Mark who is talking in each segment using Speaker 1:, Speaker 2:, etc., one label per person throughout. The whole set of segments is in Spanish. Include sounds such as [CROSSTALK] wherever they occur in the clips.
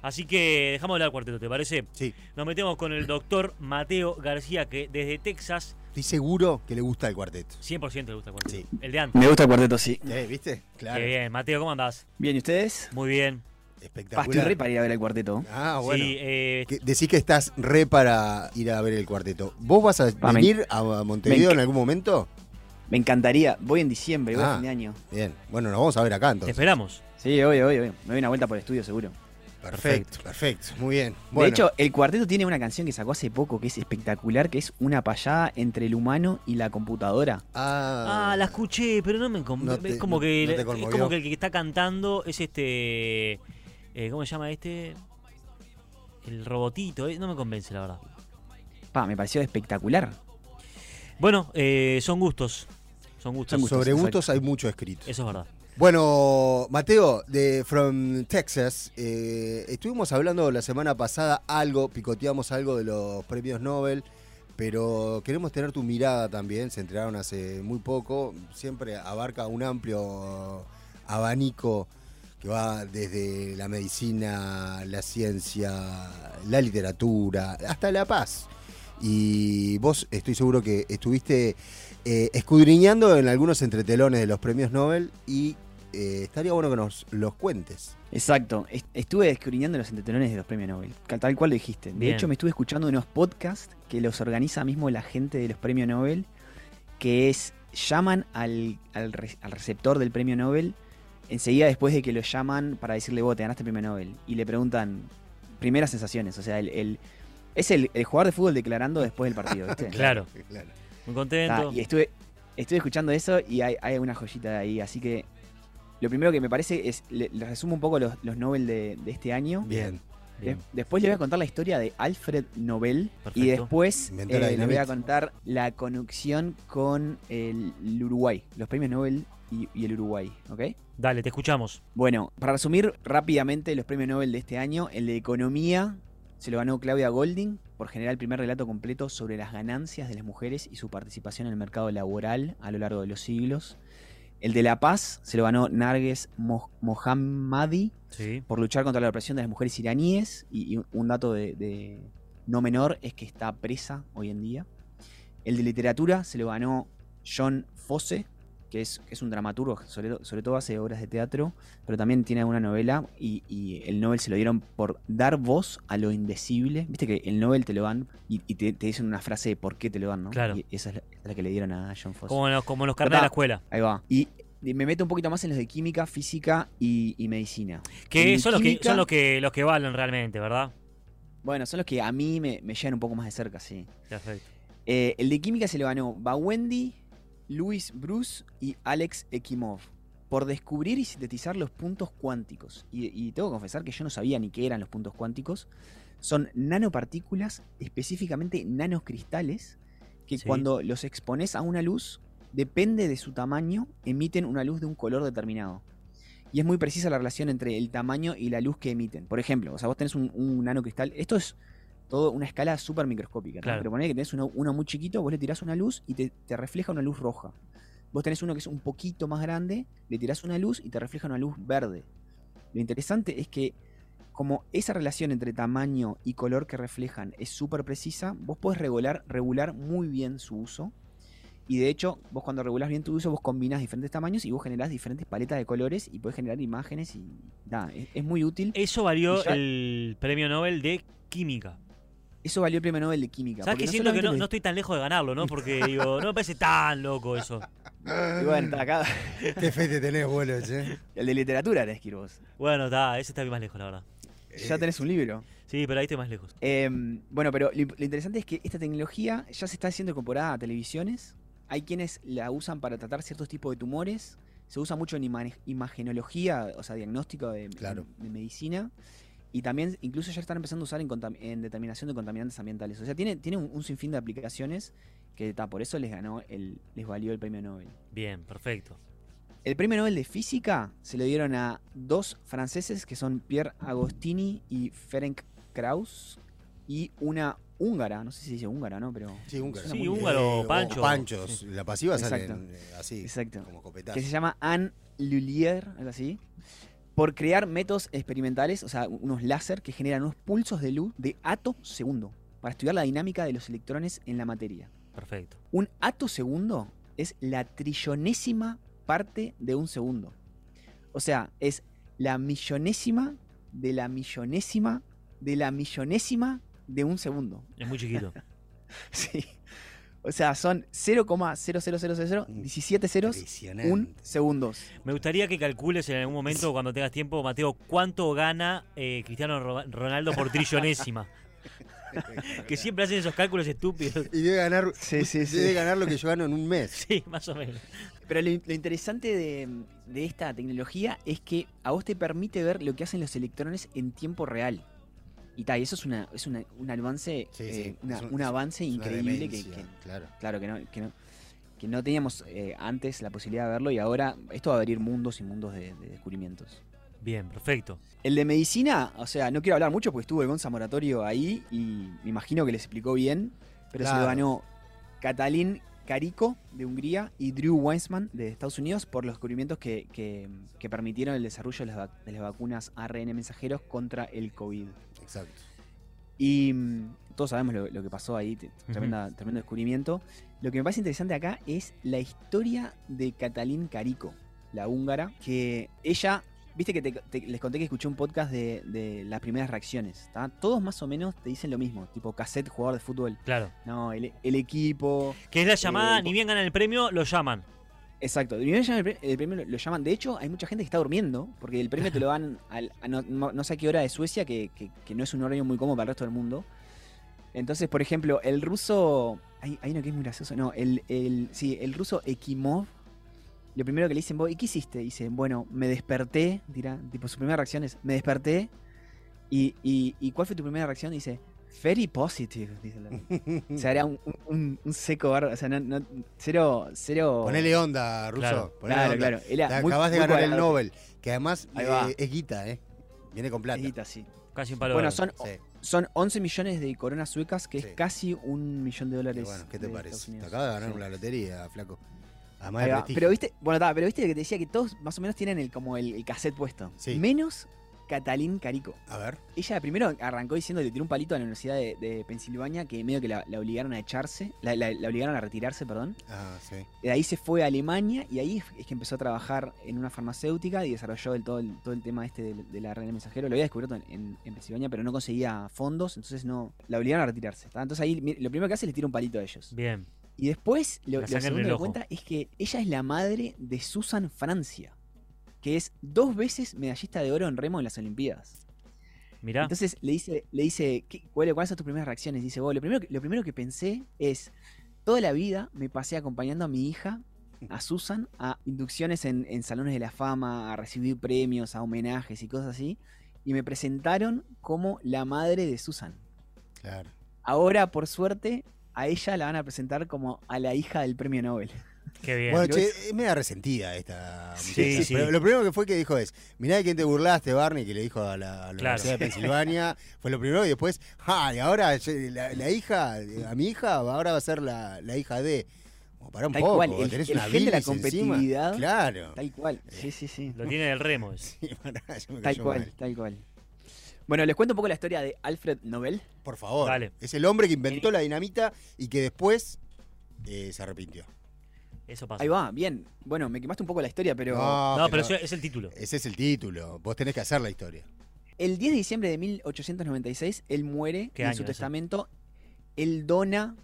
Speaker 1: Así que dejamos de hablar del cuarteto, ¿te parece?
Speaker 2: Sí.
Speaker 1: Nos metemos con el doctor Mateo García, que desde Texas,
Speaker 2: Estoy seguro que le gusta el cuarteto.
Speaker 1: 100% le gusta el cuarteto.
Speaker 2: Sí.
Speaker 1: El de antes.
Speaker 3: Me gusta el cuarteto, sí.
Speaker 2: Eh, ¿Viste? Claro.
Speaker 1: Qué bien, Mateo, ¿cómo andás?
Speaker 3: Bien, ¿y ustedes?
Speaker 1: Muy bien.
Speaker 3: Ah,
Speaker 2: Espectacular.
Speaker 3: estoy re para ir a ver el cuarteto.
Speaker 2: Ah, bueno.
Speaker 1: Sí, eh,
Speaker 2: Que- decís que estás re para ir a ver el cuarteto. ¿Vos vas a
Speaker 3: Ah, me-
Speaker 2: venir a Montevideo
Speaker 3: me-
Speaker 2: en algún momento?
Speaker 3: Me encantaría. Voy en diciembre, voy
Speaker 2: Ah.
Speaker 3: a fin de año.
Speaker 2: Bien. Bueno, nos vamos a ver acá
Speaker 1: te
Speaker 2: entonces.
Speaker 1: esperamos.
Speaker 3: Sí, obvio, obvio, obvio. Me doy una vuelta por el estudio, seguro.
Speaker 2: Perfecto, perfecto. Muy bien.
Speaker 3: De
Speaker 2: Bueno,
Speaker 3: hecho, el cuarteto tiene una canción que sacó hace poco que es espectacular, que es una payada entre el humano y la computadora.
Speaker 2: ah,
Speaker 1: Ah, la escuché, pero no me con-
Speaker 2: No te-
Speaker 1: es como que
Speaker 2: no te
Speaker 1: es
Speaker 2: conmovió.
Speaker 1: como que el que está cantando es este eh, ¿cómo se llama este? El robotito, eh, no me convence la verdad.
Speaker 3: Pa, me pareció espectacular.
Speaker 1: Bueno, eh, son gustos. Son gustos.
Speaker 3: Son gustos.
Speaker 2: sobre
Speaker 3: exacto.
Speaker 2: gustos hay mucho escrito.
Speaker 1: Eso es verdad.
Speaker 2: Bueno, Mateo, de From Texas, eh, estuvimos hablando la semana pasada algo, picoteamos algo de los premios Nobel, pero queremos tener tu mirada también, se enteraron hace muy poco, siempre abarca un amplio abanico que va desde la medicina, la ciencia, la literatura, hasta la paz. Y vos estoy seguro que estuviste eh, escudriñando en algunos entretelones de los premios Nobel y eh, estaría bueno que nos los cuentes.
Speaker 3: Exacto. Est- Estuve escudriñando los entretelones de los premios Nobel, ca- tal cual lo dijiste. De
Speaker 1: Bien.
Speaker 3: hecho, me estuve escuchando unos podcasts que los organiza mismo la gente de los premios Nobel, que es, llaman al, al re- al receptor del premio Nobel enseguida después de que lo llaman para decirle, vos te ganaste el premio Nobel, y le preguntan primeras sensaciones, o sea, el... el- es el, el jugador de fútbol declarando después del partido, ¿viste?
Speaker 1: [LAUGHS] Claro.
Speaker 2: Eh, Claro.
Speaker 1: Muy
Speaker 3: Ta,
Speaker 2: Ah,
Speaker 1: contento.
Speaker 3: Ah, y estuve, estuve escuchando eso y hay, hay una joyita de ahí. Así que lo primero que me parece es. le- les resumo un poco los, los Nobel de, de este año.
Speaker 2: Bien.
Speaker 1: Bien.
Speaker 3: De- después les voy a contar la historia de Alfred Nobel. Y
Speaker 1: Perfecto.
Speaker 3: después
Speaker 2: Inventó la
Speaker 3: eh, les voy a
Speaker 2: dinamita.
Speaker 3: contar la conexión con el, Uruguay, los premios Nobel y, y el Uruguay. ¿Ok?
Speaker 1: Dale, te escuchamos.
Speaker 3: Bueno, para resumir rápidamente los premios Nobel de este año, el de Economía se lo ganó Claudia Golding por generar el primer relato completo sobre las ganancias de las mujeres y su participación en el mercado laboral a lo largo de los siglos. El de La Paz se lo ganó Narges Mo- Mohammadi
Speaker 1: Sí.
Speaker 3: por luchar contra la opresión de las mujeres iraníes. Y, y un dato de, de no menor es que está presa hoy en día. El de literatura se lo ganó John Fosse, que es, que es un dramaturgo, sobre, to- sobre todo hace obras de teatro, pero también tiene una novela. Y, y el Nobel se lo dieron por dar voz a lo indecible. Viste que el Nobel te lo dan y, y te, te dicen una frase de por qué te lo dan, ¿no?
Speaker 1: Claro.
Speaker 3: Y esa es la, esa es la que le dieron a John
Speaker 2: Pues-
Speaker 3: Fosse.
Speaker 1: Como en los, como en los carnets de la
Speaker 3: Tratá.
Speaker 1: escuela.
Speaker 3: Ahí va. Y y me meto un poquito más en los de química, física y, y medicina.
Speaker 1: Que
Speaker 3: Y
Speaker 1: son los que
Speaker 3: química-
Speaker 1: son los que los que valen realmente, ¿verdad?
Speaker 3: Bueno, son los que a mí me, me llegan un poco más de cerca, sí.
Speaker 1: Perfecto.
Speaker 3: Eh, el de química se lo ganó Bawendi, Luis Bruce y Alex Ekimov por descubrir y sintetizar los puntos cuánticos. Y, y tengo que confesar que yo no sabía ni qué eran los puntos cuánticos. Son nanopartículas, específicamente nanocristales, que
Speaker 1: Sí.
Speaker 3: cuando los expones a una luz, depende de su tamaño, emiten una luz de un color determinado. Y es muy precisa la relación entre el tamaño y la luz que emiten. Por ejemplo, o sea, vos tenés un, un nanocristal. Esto es todo una escala súper microscópica. ¿no?
Speaker 1: Claro.
Speaker 3: Pero ponés que tenés uno, uno muy chiquito, vos le tirás una luz y te, te refleja una luz roja. Vos tenés uno que es un poquito más grande, le tirás una luz y te refleja una luz verde. Lo interesante es que como esa relación entre tamaño y color que reflejan es súper precisa, vos podés regular, regular muy bien su uso. Y de hecho, vos cuando regulás bien tu uso, vos combinás diferentes tamaños y vos generás diferentes paletas de colores y podés generar imágenes y nada, es, es muy útil.
Speaker 1: Eso valió
Speaker 3: Y ya-
Speaker 1: el premio Nobel de química.
Speaker 3: Eso valió el premio Nobel de Química.
Speaker 1: Sabes
Speaker 3: porque
Speaker 1: que
Speaker 3: no
Speaker 1: siento que
Speaker 3: solamente
Speaker 1: no,
Speaker 3: lo-
Speaker 1: no estoy tan lejos de ganarlo, ¿no?
Speaker 3: [LAUGHS]
Speaker 1: Porque digo, no me parece tan loco eso.
Speaker 3: Y bueno, está acá. [LAUGHS]
Speaker 2: Qué fe te tenés, eh. boludo, che.
Speaker 3: El de literatura tenés que ir vos.
Speaker 1: Bueno, está, ese está más lejos, la verdad.
Speaker 3: [LAUGHS]
Speaker 2: Eh,
Speaker 3: Ya tenés un libro.
Speaker 1: Sí, pero ahí estoy más lejos.
Speaker 3: Eh, bueno, pero lo, imp- lo interesante es que esta tecnología ya se está siendo incorporada a televisiones. Hay quienes la usan para tratar ciertos tipos de tumores. Se usa mucho en imane- imagenología, o sea, diagnóstico de,
Speaker 2: Claro.
Speaker 3: de medicina. Y también, incluso ya están empezando a usar en, contam- en determinación de contaminantes ambientales. O sea, tiene, tiene un, un sinfín de aplicaciones que ta, por eso les ganó el, les valió el premio Nobel.
Speaker 1: Bien, perfecto.
Speaker 3: El premio Nobel de Física se lo dieron a dos franceses que son Pierre Agostini y Ferenc Krauss y una húngara, no sé si se dice húngara, ¿no? Pero
Speaker 2: Sí, húngaro. Eh,
Speaker 3: Sí,
Speaker 1: húngaro,
Speaker 2: o
Speaker 1: pancho.
Speaker 2: panchos.
Speaker 1: Sí.
Speaker 2: La pasiva salen
Speaker 3: Exacto.
Speaker 2: eh, así,
Speaker 3: exacto,
Speaker 2: como
Speaker 3: que
Speaker 2: copetazos.
Speaker 3: se llama Anne Lullier, algo así. por crear métodos experimentales, o sea, unos láser que generan unos pulsos de luz de ato segundo para estudiar la dinámica de los electrones en la materia.
Speaker 1: Perfecto.
Speaker 3: Un ato segundo es la trillonésima parte de un segundo. O sea, es la millonésima de la millonésima de la millonésima de un segundo. [LAUGHS]
Speaker 1: Es muy chiquito.
Speaker 3: Sí. O sea, son 0,0000017 ceros
Speaker 2: [LAUGHS]
Speaker 3: un [LAUGHS]
Speaker 2: Impresionante.
Speaker 3: segundos.
Speaker 1: Me gustaría que calcules en algún momento, cuando tengas tiempo, Mateo, cuánto gana eh, Cristiano Ro- Ronaldo por
Speaker 3: [LAUGHS]
Speaker 1: trillonésima. que siempre hacen esos cálculos estúpidos. [LAUGHS]
Speaker 2: Y debe ganar,
Speaker 3: Sí, sí, sí.
Speaker 2: debe ganar lo que yo gano en un mes.
Speaker 1: Sí, más o menos.
Speaker 3: Pero lo, lo interesante de, de esta tecnología es que a vos te permite ver lo que hacen los electrones en tiempo real. Y tal, y eso es, una, es una- un avance,
Speaker 2: Sí,
Speaker 3: eh,
Speaker 2: sí,
Speaker 3: una-
Speaker 2: es un-
Speaker 3: un avance
Speaker 2: Es una
Speaker 3: increíble que,
Speaker 2: demencia,
Speaker 3: que-
Speaker 2: Claro.
Speaker 3: claro, que no, que no, que no teníamos eh, antes la posibilidad de verlo y ahora esto va a abrir mundos y mundos de, de descubrimientos.
Speaker 1: Bien, perfecto.
Speaker 3: El de medicina, o sea, no quiero hablar mucho porque estuvo el Gonza Moratorio ahí y me imagino que les explicó bien, pero se
Speaker 2: Claro.
Speaker 3: lo ganó Catalín Carico de Hungría y Drew Weissman de Estados Unidos por los descubrimientos que, que- que permitieron el desarrollo de las, vac- de las vacunas ARN mensajeros contra el COVID.
Speaker 2: Exacto.
Speaker 3: [LAUGHS] Y mm, todos sabemos lo, lo que pasó ahí, te- tremenda- tremendo descubrimiento. Lo que me parece interesante acá es la historia de Catalín Carico, la húngara, que ella, viste que te- te- les conté que escuché un podcast de, de las primeras reacciones, ¿tá? Todos más o menos te dicen lo mismo, tipo cassette, jugador de fútbol,
Speaker 1: Claro.
Speaker 3: no, el, el equipo.
Speaker 1: Que es la llamada,
Speaker 3: Eh,
Speaker 1: ni bien ganan el premio, lo llaman.
Speaker 3: Exacto, el premio, el pre- el premio lo, lo llaman, de hecho hay mucha gente que está durmiendo, porque el premio te lo dan al- a no, no- no sé a qué hora de Suecia, que, que- que no es un horario muy cómodo para el resto del mundo. Entonces, por ejemplo, el ruso, hay, hay uno que es muy gracioso, no, el, el- sí, el ruso Ekimov, lo primero que le dicen, "Vos, ¿y qué hiciste? Dicen, bueno, me desperté, dirá, tipo su primera reacción es, me desperté, y, y- y ¿cuál fue tu primera reacción? Dice, very positive, dice la- O sea, era un, un- un seco bárbaro, o sea, no, no- cero, cero...
Speaker 2: Ponele onda, Ruso.
Speaker 1: Claro.
Speaker 2: ponele
Speaker 3: Claro,
Speaker 2: onda.
Speaker 3: claro. Era
Speaker 2: Te
Speaker 3: muy-
Speaker 2: acabas de
Speaker 3: muy
Speaker 2: ganar el
Speaker 3: cuadrado.
Speaker 2: Nobel, que además
Speaker 3: Ahí va.
Speaker 2: eh, es guita, ¿eh? Viene con plata.
Speaker 3: Negrita, sí.
Speaker 1: Casi un palo.
Speaker 3: Bueno,
Speaker 1: verde.
Speaker 3: son,
Speaker 2: Sí.
Speaker 3: son 11 millones de coronas suecas, que
Speaker 2: Sí.
Speaker 3: es casi un millón de
Speaker 2: Y
Speaker 3: dólares.
Speaker 2: bueno, ¿qué te
Speaker 3: de Estados
Speaker 2: parece? Te
Speaker 3: Unidos.
Speaker 2: acabas de ganar
Speaker 3: Sí.
Speaker 2: una lotería, flaco. Además
Speaker 3: Ahí
Speaker 2: de
Speaker 3: va.
Speaker 2: prestigio.
Speaker 3: Pero viste, bueno, ta, pero viste que te decía que todos más o menos tienen el, como el, el cassette puesto.
Speaker 2: Sí.
Speaker 3: Menos Catalín Carico.
Speaker 2: A ver.
Speaker 3: Ella primero arrancó diciendo que le tiró un palito a la Universidad de, de Pensilvania, que medio que la, la obligaron a echarse, la- la- la obligaron a retirarse, perdón.
Speaker 2: Ah, sí.
Speaker 3: De ahí se fue a Alemania y ahí es que empezó a trabajar en una farmacéutica y desarrolló el, todo, el, todo el tema este del, del ARN mensajero. Lo había descubierto en, en, en Pensilvania, pero no conseguía fondos, entonces no la obligaron a retirarse. ¿tá? Entonces ahí mi- lo primero que hace es le tira un palito a ellos.
Speaker 1: Bien.
Speaker 3: Y después
Speaker 1: La
Speaker 3: lo, lo
Speaker 1: sangre en
Speaker 3: segundo
Speaker 1: el
Speaker 3: que
Speaker 1: ojo.
Speaker 3: cuenta es que ella es la madre de Susan Francia, que es dos veces medallista de oro en remo en las Olimpiadas.
Speaker 1: Mirá.
Speaker 3: Entonces le dice, le dice "¿Qué- cuál- ¿cuáles son tus primeras reacciones? Dice, "Vos, lo primero, que- lo primero que pensé es, toda la vida me pasé acompañando a mi hija, a Susan, a inducciones en, en salones de la fama, a recibir premios, a homenajes y cosas así, y me presentaron como la madre de Susan.
Speaker 2: Claro.
Speaker 3: Ahora, por suerte, a ella la van a presentar como a la hija del premio
Speaker 1: [LAUGHS]
Speaker 3: Nobel.
Speaker 1: qué bien.
Speaker 2: Bueno,
Speaker 3: Pero
Speaker 2: che,
Speaker 3: es-
Speaker 2: es media resentida esta
Speaker 1: Sí,
Speaker 2: muchacha.
Speaker 1: sí.
Speaker 2: Pero lo primero que fue que dijo es, mirá de quién te burlaste, Barney, que le dijo a la, a
Speaker 1: Claro.
Speaker 2: la Universidad de
Speaker 1: [LAUGHS]
Speaker 2: Pensilvania. fue lo primero y después, ja, y ahora ye- la, la hija, a mi hija, ahora va a ser la, la hija de... Como para un
Speaker 3: Tal
Speaker 2: poco,
Speaker 3: cual, el-
Speaker 2: tenés
Speaker 3: el
Speaker 2: una
Speaker 3: gen de la
Speaker 2: bilis encima.
Speaker 3: competitividad.
Speaker 2: Claro. [LAUGHS]
Speaker 3: Tal cual. Sí, sí, sí.
Speaker 1: Lo tiene del remo. ese.
Speaker 2: Sí, pará, ya me
Speaker 3: Tal
Speaker 2: cayó
Speaker 3: cual,
Speaker 2: mal.
Speaker 3: tal cual. Bueno, les cuento un poco la historia de Alfred Nobel.
Speaker 2: Por favor.
Speaker 1: Dale.
Speaker 2: Es el hombre que inventó la dinamita y que después eh, se arrepintió.
Speaker 1: Eso pasa.
Speaker 3: Ahí va, bien. Bueno, me quemaste un poco la historia, pero...
Speaker 1: Ah, No, pero eso
Speaker 2: pero
Speaker 1: es el título.
Speaker 3: Eh,
Speaker 2: ese es el título. Vos tenés que hacer la historia.
Speaker 3: El 10 de diciembre de 1896, él muere
Speaker 1: ¿Qué
Speaker 3: y en
Speaker 1: año
Speaker 3: su
Speaker 1: ese?
Speaker 3: testamento él dona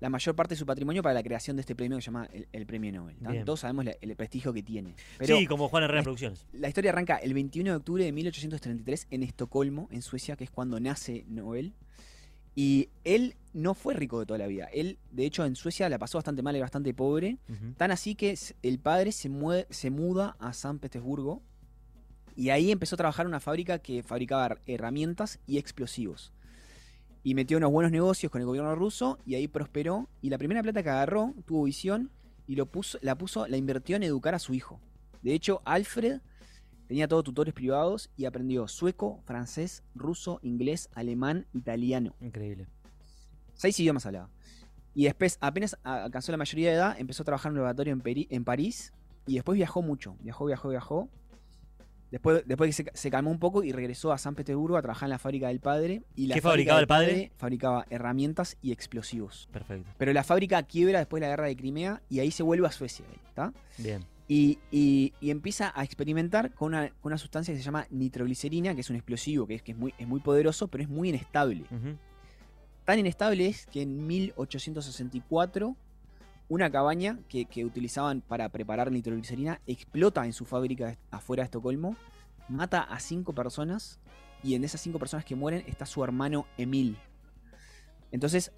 Speaker 3: la mayor parte de su patrimonio para la creación de este premio que se llama el, el Premio Nobel. ¿tá?
Speaker 1: Bien.
Speaker 3: Todos sabemos la- el prestigio que tiene. Pero
Speaker 1: sí, como Juan Herrera Producciones.
Speaker 3: la historia arranca el 21 de octubre de 1833 en Estocolmo, en Suecia, que es cuando nace Nobel. Y él no fue rico de toda la vida. Él, de hecho, en Suecia la pasó bastante mal y bastante pobre.
Speaker 1: Ujú.
Speaker 3: Tan así que s- el padre se, mue- se muda a San Petersburgo y ahí empezó a trabajar en una fábrica que fabricaba her- herramientas y explosivos. Y metió unos buenos negocios con el gobierno ruso y ahí prosperó. Y la primera plata que agarró tuvo visión y lo puso, la, puso, la invirtió en educar a su hijo. De hecho, Alfred tenía todos tutores privados y aprendió sueco, francés, ruso, inglés, alemán, italiano.
Speaker 1: Increíble.
Speaker 3: Seis idiomas hablaba. Y después, apenas a- alcanzó la mayoría de edad, empezó a trabajar en un laboratorio en, Peri- en París. Y después viajó mucho. Viajó, viajó, viajó. Después, después que se, se calmó un poco y regresó a San Petersburgo a trabajar en la fábrica del padre. Y la
Speaker 1: ¿Qué
Speaker 3: fábrica
Speaker 1: fabricaba
Speaker 3: del
Speaker 1: el padre?
Speaker 3: Fabricaba herramientas y explosivos.
Speaker 1: Perfecto.
Speaker 3: Pero la fábrica quiebra después de la guerra de Crimea y ahí se vuelve a Suecia. él, ¿tá?
Speaker 1: Bien.
Speaker 3: Y, y- y empieza a experimentar con una, con una sustancia que se llama nitroglicerina, que es un explosivo, que es, que es, muy, es muy poderoso, pero es muy inestable.
Speaker 1: Ujú.
Speaker 3: Tan inestable es que en 1864 una cabaña que, que utilizaban para preparar nitroglicerina explota en su fábrica de- afuera de Estocolmo, mata a cinco personas y en esas cinco personas que mueren está su hermano Emil. Entonces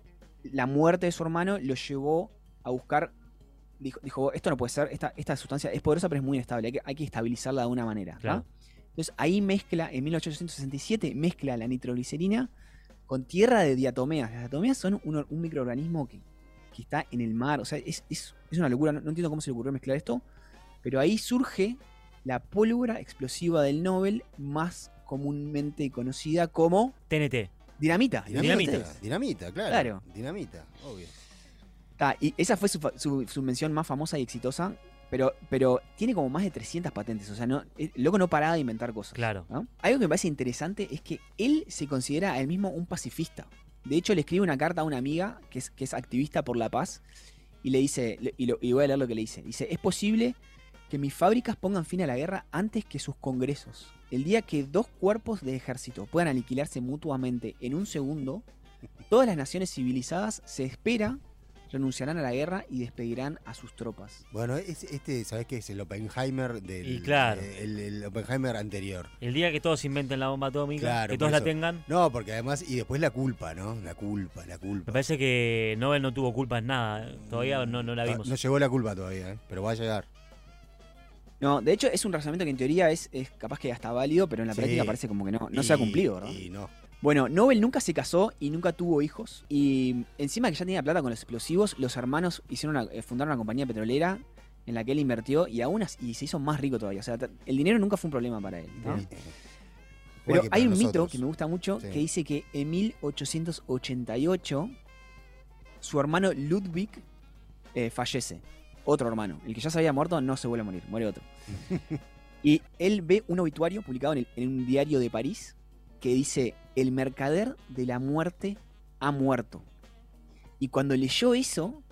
Speaker 3: la muerte de su hermano lo llevó a buscar, dijo, dijo, esto no puede ser, esta, esta sustancia es poderosa pero es muy inestable, hay que, hay que estabilizarla de alguna manera. ¿tá?
Speaker 1: Claro.
Speaker 3: Entonces ahí mezcla, en 1867, mezcla la nitroglicerina con tierra de diatomeas. Las diatomeas son un, or- un microorganismo que, que está en el mar. O sea, es, es- es una locura. No, no entiendo cómo se le ocurrió mezclar esto. Pero ahí surge la pólvora explosiva del Nobel, más comúnmente conocida como
Speaker 1: TNT.
Speaker 3: dinamita.
Speaker 1: Ah, Dinamita.
Speaker 2: Dinamita, dinamita, claro.
Speaker 3: Claro.
Speaker 2: Dinamita, obvio.
Speaker 3: Ta, y esa fue su, fa- su- su mención más famosa y exitosa. Pero, pero tiene como más de 300 patentes. O sea, no, el loco no paraba de inventar cosas.
Speaker 1: Claro.
Speaker 3: ¿no? Algo que me parece interesante es que él se considera a él mismo un pacifista. De hecho, le escribe una carta a una amiga que es, que es activista por la paz y le dice, le- y, lo- y voy a leer lo que le dice. Dice, es posible que mis fábricas pongan fin a la guerra antes que sus congresos. El día que dos cuerpos de ejército puedan aniquilarse mutuamente en un segundo, todas las naciones civilizadas se espera renunciarán a la guerra y despedirán a sus tropas.
Speaker 2: Bueno, es- este, ¿sabés qué es? El Oppenheimer del.
Speaker 1: Y claro.
Speaker 2: eh, El, el Oppenheimer anterior.
Speaker 1: El día que todos inventen la bomba atómica,
Speaker 2: Claro,
Speaker 1: que
Speaker 2: por
Speaker 1: todos la
Speaker 2: eso.
Speaker 1: tengan.
Speaker 2: No, porque además. Y después la culpa, ¿no? La culpa, la culpa.
Speaker 1: Me parece que Nobel no tuvo culpa en nada. ¿eh? Todavía no,
Speaker 3: Ah,
Speaker 1: no la
Speaker 2: No-
Speaker 1: vimos.
Speaker 2: Ah, No llegó la culpa todavía, ¿eh? pero va a llegar.
Speaker 3: No, de hecho es un razonamiento que en teoría es, es capaz que hasta válido, pero en la
Speaker 2: Sí.
Speaker 3: práctica parece como que no, no se ha
Speaker 2: Y-
Speaker 3: cumplido, ¿verdad?
Speaker 2: Y no.
Speaker 3: Bueno, Nobel nunca se casó y nunca tuvo hijos. Y encima que ya tenía plata con los explosivos, los hermanos hicieron una- eh, fundaron una compañía petrolera en la que él invirtió y aún as- y se hizo más rico todavía. O sea, ta- el dinero nunca fue un problema para él. ¿no?
Speaker 2: Igual
Speaker 3: Pero
Speaker 2: que para
Speaker 3: hay un mito
Speaker 2: nosotros.
Speaker 3: que me gusta mucho
Speaker 2: Sí.
Speaker 3: que dice que en 1888 su hermano Ludwig eh, fallece. Otro hermano. El que ya se había muerto no se vuelve a morir,
Speaker 2: [LAUGHS]
Speaker 3: muere otro. y él ve un obituario publicado en, el- en un diario de París que dice, el mercader de la muerte ha muerto. Y cuando leyó eso,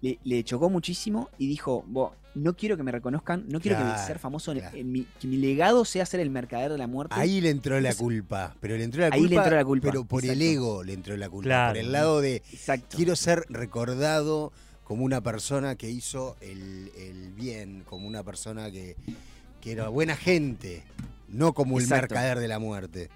Speaker 3: le, le chocó muchísimo y dijo, "Bo, no quiero que me reconozcan, no quiero que
Speaker 2: Claro,
Speaker 3: ser famoso, en-
Speaker 2: claro.
Speaker 3: en mi- que mi legado sea ser el mercader de la muerte.
Speaker 2: Ahí le entró la
Speaker 3: Eso-
Speaker 2: culpa. Pero le entró la
Speaker 3: Ahí
Speaker 2: culpa.
Speaker 3: le entró la culpa,
Speaker 2: Pero por el
Speaker 3: exacto.
Speaker 2: ego le entró la culpa.
Speaker 1: Claro.
Speaker 2: Por el lado de.
Speaker 3: Exacto.
Speaker 2: Quiero ser recordado como una persona que hizo el, el bien, como una persona que, que era buena gente, no como el
Speaker 3: Exacto.
Speaker 2: mercader de la muerte.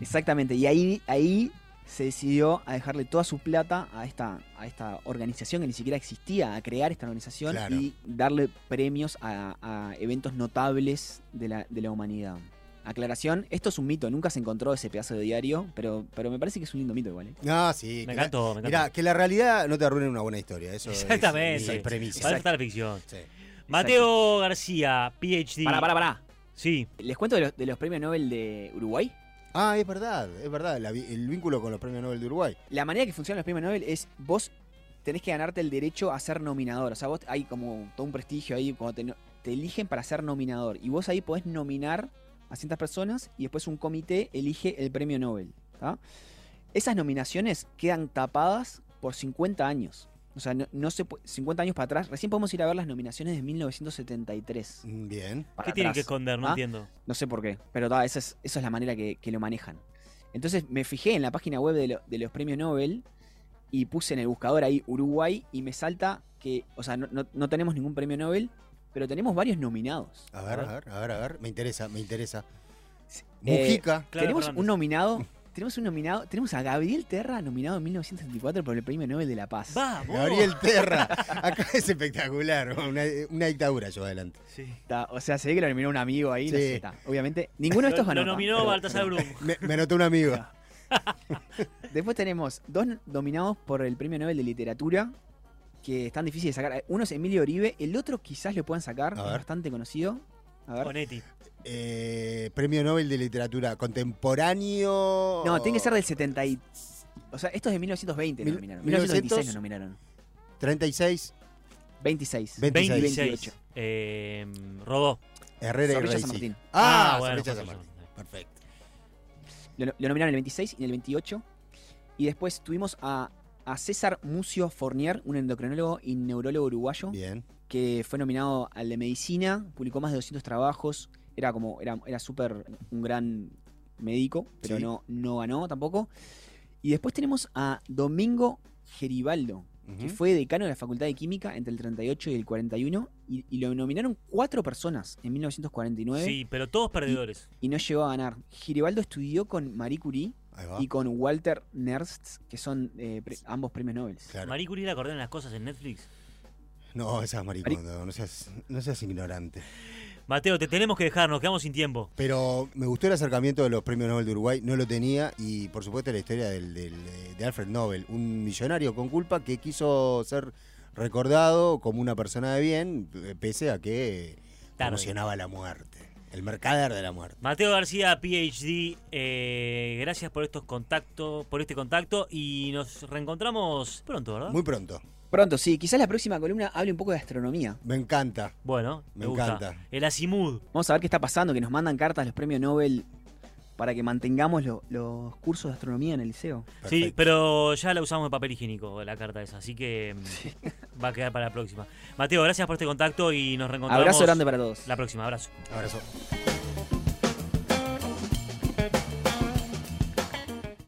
Speaker 3: Exactamente. Y ahí, ahí se decidió a dejarle toda su plata a esta, a esta organización que ni siquiera existía, a crear esta organización
Speaker 2: Claro.
Speaker 3: y darle premios a, a eventos notables de la, de la humanidad. Aclaración, esto es un mito, nunca se encontró ese pedazo de diario, pero, pero me parece que es un lindo mito igual. ¿eh?
Speaker 2: No,
Speaker 1: Me
Speaker 2: sí. que la-
Speaker 1: encantó, me encantó.
Speaker 2: Mirá, que la realidad no te arruine una buena historia. Eso es mi-
Speaker 1: Exactamente.
Speaker 2: mi premisa.
Speaker 1: Para eso está la ficción.
Speaker 2: Sí.
Speaker 1: Mateo García, PhD.
Speaker 3: Pará, pará, pará.
Speaker 1: Sí.
Speaker 3: ¿Les cuento de los, de los premios Nobel de Uruguay?
Speaker 2: Ah, es verdad, es verdad. la vi- el vínculo con los premios Nobel de Uruguay.
Speaker 3: La manera que funcionan los premios Nobel es vos tenés que ganarte el derecho a ser nominador. O sea, vos hay como todo un prestigio ahí cuando te, no- te eligen para ser nominador. Y vos ahí podés nominar a ciertas personas y después un comité elige el premio Nobel. ¿tá? Esas nominaciones quedan tapadas por 50 años. O sea, no, no se pu- 50 años para atrás. Recién podemos ir a ver las nominaciones de 1973.
Speaker 2: Mm, Bien.
Speaker 3: para
Speaker 1: ¿Qué tienen que
Speaker 3: atrás.
Speaker 1: esconder? No
Speaker 3: ¿Ah?
Speaker 1: entiendo.
Speaker 3: No sé por qué, pero ta, esa, es, esa es la manera que, que lo manejan. Entonces me fijé en la página web de, lo- de los premios Nobel y puse en el buscador ahí Uruguay y me salta que, o sea, no, no- no tenemos ningún premio Nobel, pero tenemos varios nominados.
Speaker 2: A ver,
Speaker 1: A
Speaker 2: a ver, a ver, a ver. Me interesa, me interesa.
Speaker 3: Sí, eh,
Speaker 2: Mujica.
Speaker 1: Clara
Speaker 3: tenemos
Speaker 1: Fernández.
Speaker 3: un nominado, tenemos un nominado, tenemos a Gabriel Terra nominado en 1974 por el premio Nobel de la Paz.
Speaker 1: Vamos.
Speaker 2: Gabriel Terra. Acá es espectacular. Una, una dictadura yo adelante.
Speaker 1: Sí.
Speaker 3: Ta, O sea, se ve que lo nominó un amigo ahí, no
Speaker 2: Sí.
Speaker 3: sé, ta, obviamente. Ninguno de
Speaker 1: Lo,
Speaker 3: estos ganó.
Speaker 1: lo
Speaker 3: ta,
Speaker 1: nominó
Speaker 3: pero-
Speaker 1: Baltasar
Speaker 3: pero-
Speaker 1: Brum.
Speaker 2: Me, me notó
Speaker 1: [LAUGHS]
Speaker 2: un amigo.
Speaker 3: Después tenemos dos nominados por el Premio Nobel de Literatura que están difíciles de sacar. Uno es Emilio Oribe, el otro quizás lo puedan sacar,
Speaker 2: A
Speaker 3: es
Speaker 2: ver.
Speaker 3: bastante conocido. A ver.
Speaker 1: Onetti.
Speaker 2: Eh, premio Nobel de Literatura Contemporáneo.
Speaker 3: No, tiene que ser del 70 y... O sea, esto es de 1920
Speaker 2: Mil-
Speaker 3: lo nominaron.
Speaker 2: 1926
Speaker 3: 1926 lo nominaron.
Speaker 2: 36.
Speaker 3: 26.
Speaker 2: 26.
Speaker 1: 26. Eh, Rodó.
Speaker 2: Herrera
Speaker 3: Zorrilla
Speaker 2: y
Speaker 3: San
Speaker 2: Raici.
Speaker 3: Martín.
Speaker 2: Ah,
Speaker 1: Ah, bueno,
Speaker 2: Zorrilla
Speaker 1: Jorge
Speaker 2: San Martín. Perfecto.
Speaker 3: Lo, lo nominaron en el 26 y en el 28. Y después tuvimos a, a César Mucio Fournier, un endocrinólogo y neurólogo uruguayo,
Speaker 2: Bien.
Speaker 3: que fue nominado al de medicina, publicó más de 200 trabajos, era como, era, era súper un gran médico, pero
Speaker 2: Sí.
Speaker 3: no, no ganó tampoco. Y después tenemos a Domingo Geribaldo, que
Speaker 2: Ujú.
Speaker 3: fue decano de la Facultad de Química entre el 38 y el 41, y, y lo nominaron cuatro personas en 1949
Speaker 1: Sí, pero todos perdedores.
Speaker 3: y no llegó a ganar. Geribaldo estudió con Marie Curie
Speaker 2: Ahí va.
Speaker 3: y con Walter Nernst, que son eh, pre- ambos premios Nobel.
Speaker 2: Claro.
Speaker 1: Marie Curie la acordé en las cosas en Netflix.
Speaker 2: No, esa es
Speaker 3: Mari-
Speaker 2: maricón, no, no seas, no seas ignorante.
Speaker 1: Mateo, te tenemos que dejar, nos quedamos sin tiempo.
Speaker 2: Pero me gustó el acercamiento de los premios Nobel de Uruguay, no lo tenía, y por supuesto la historia del, del- de Alfred Nobel, un millonario con culpa que quiso ser recordado como una persona de bien, eh, pese a que
Speaker 1: Tarde.
Speaker 2: promocionaba la muerte, el mercader de la muerte.
Speaker 1: Mateo García, PhD, eh, gracias por estos contactos, por este contacto y nos reencontramos pronto,
Speaker 3: ¿Ah?
Speaker 1: ¿verdad?
Speaker 2: Muy pronto,
Speaker 3: Pronto, sí, quizás la próxima columna hable un poco de astronomía.
Speaker 2: me encanta.
Speaker 1: bueno,
Speaker 2: Me
Speaker 1: gusta.
Speaker 2: encanta.
Speaker 1: El Asimud.
Speaker 3: Vamos a ver qué está pasando, que nos mandan cartas los premios Nobel para que mantengamos lo- los cursos de astronomía en el liceo.
Speaker 1: Sí,
Speaker 2: Perfecto.
Speaker 1: pero ya la usamos de papel higiénico, la carta esa, así que mm, va a quedar para la próxima. Mateo, gracias por este contacto y nos reencontramos
Speaker 3: Abrazo grande para todos.
Speaker 1: la próxima. Abrazo.
Speaker 2: Abrazo.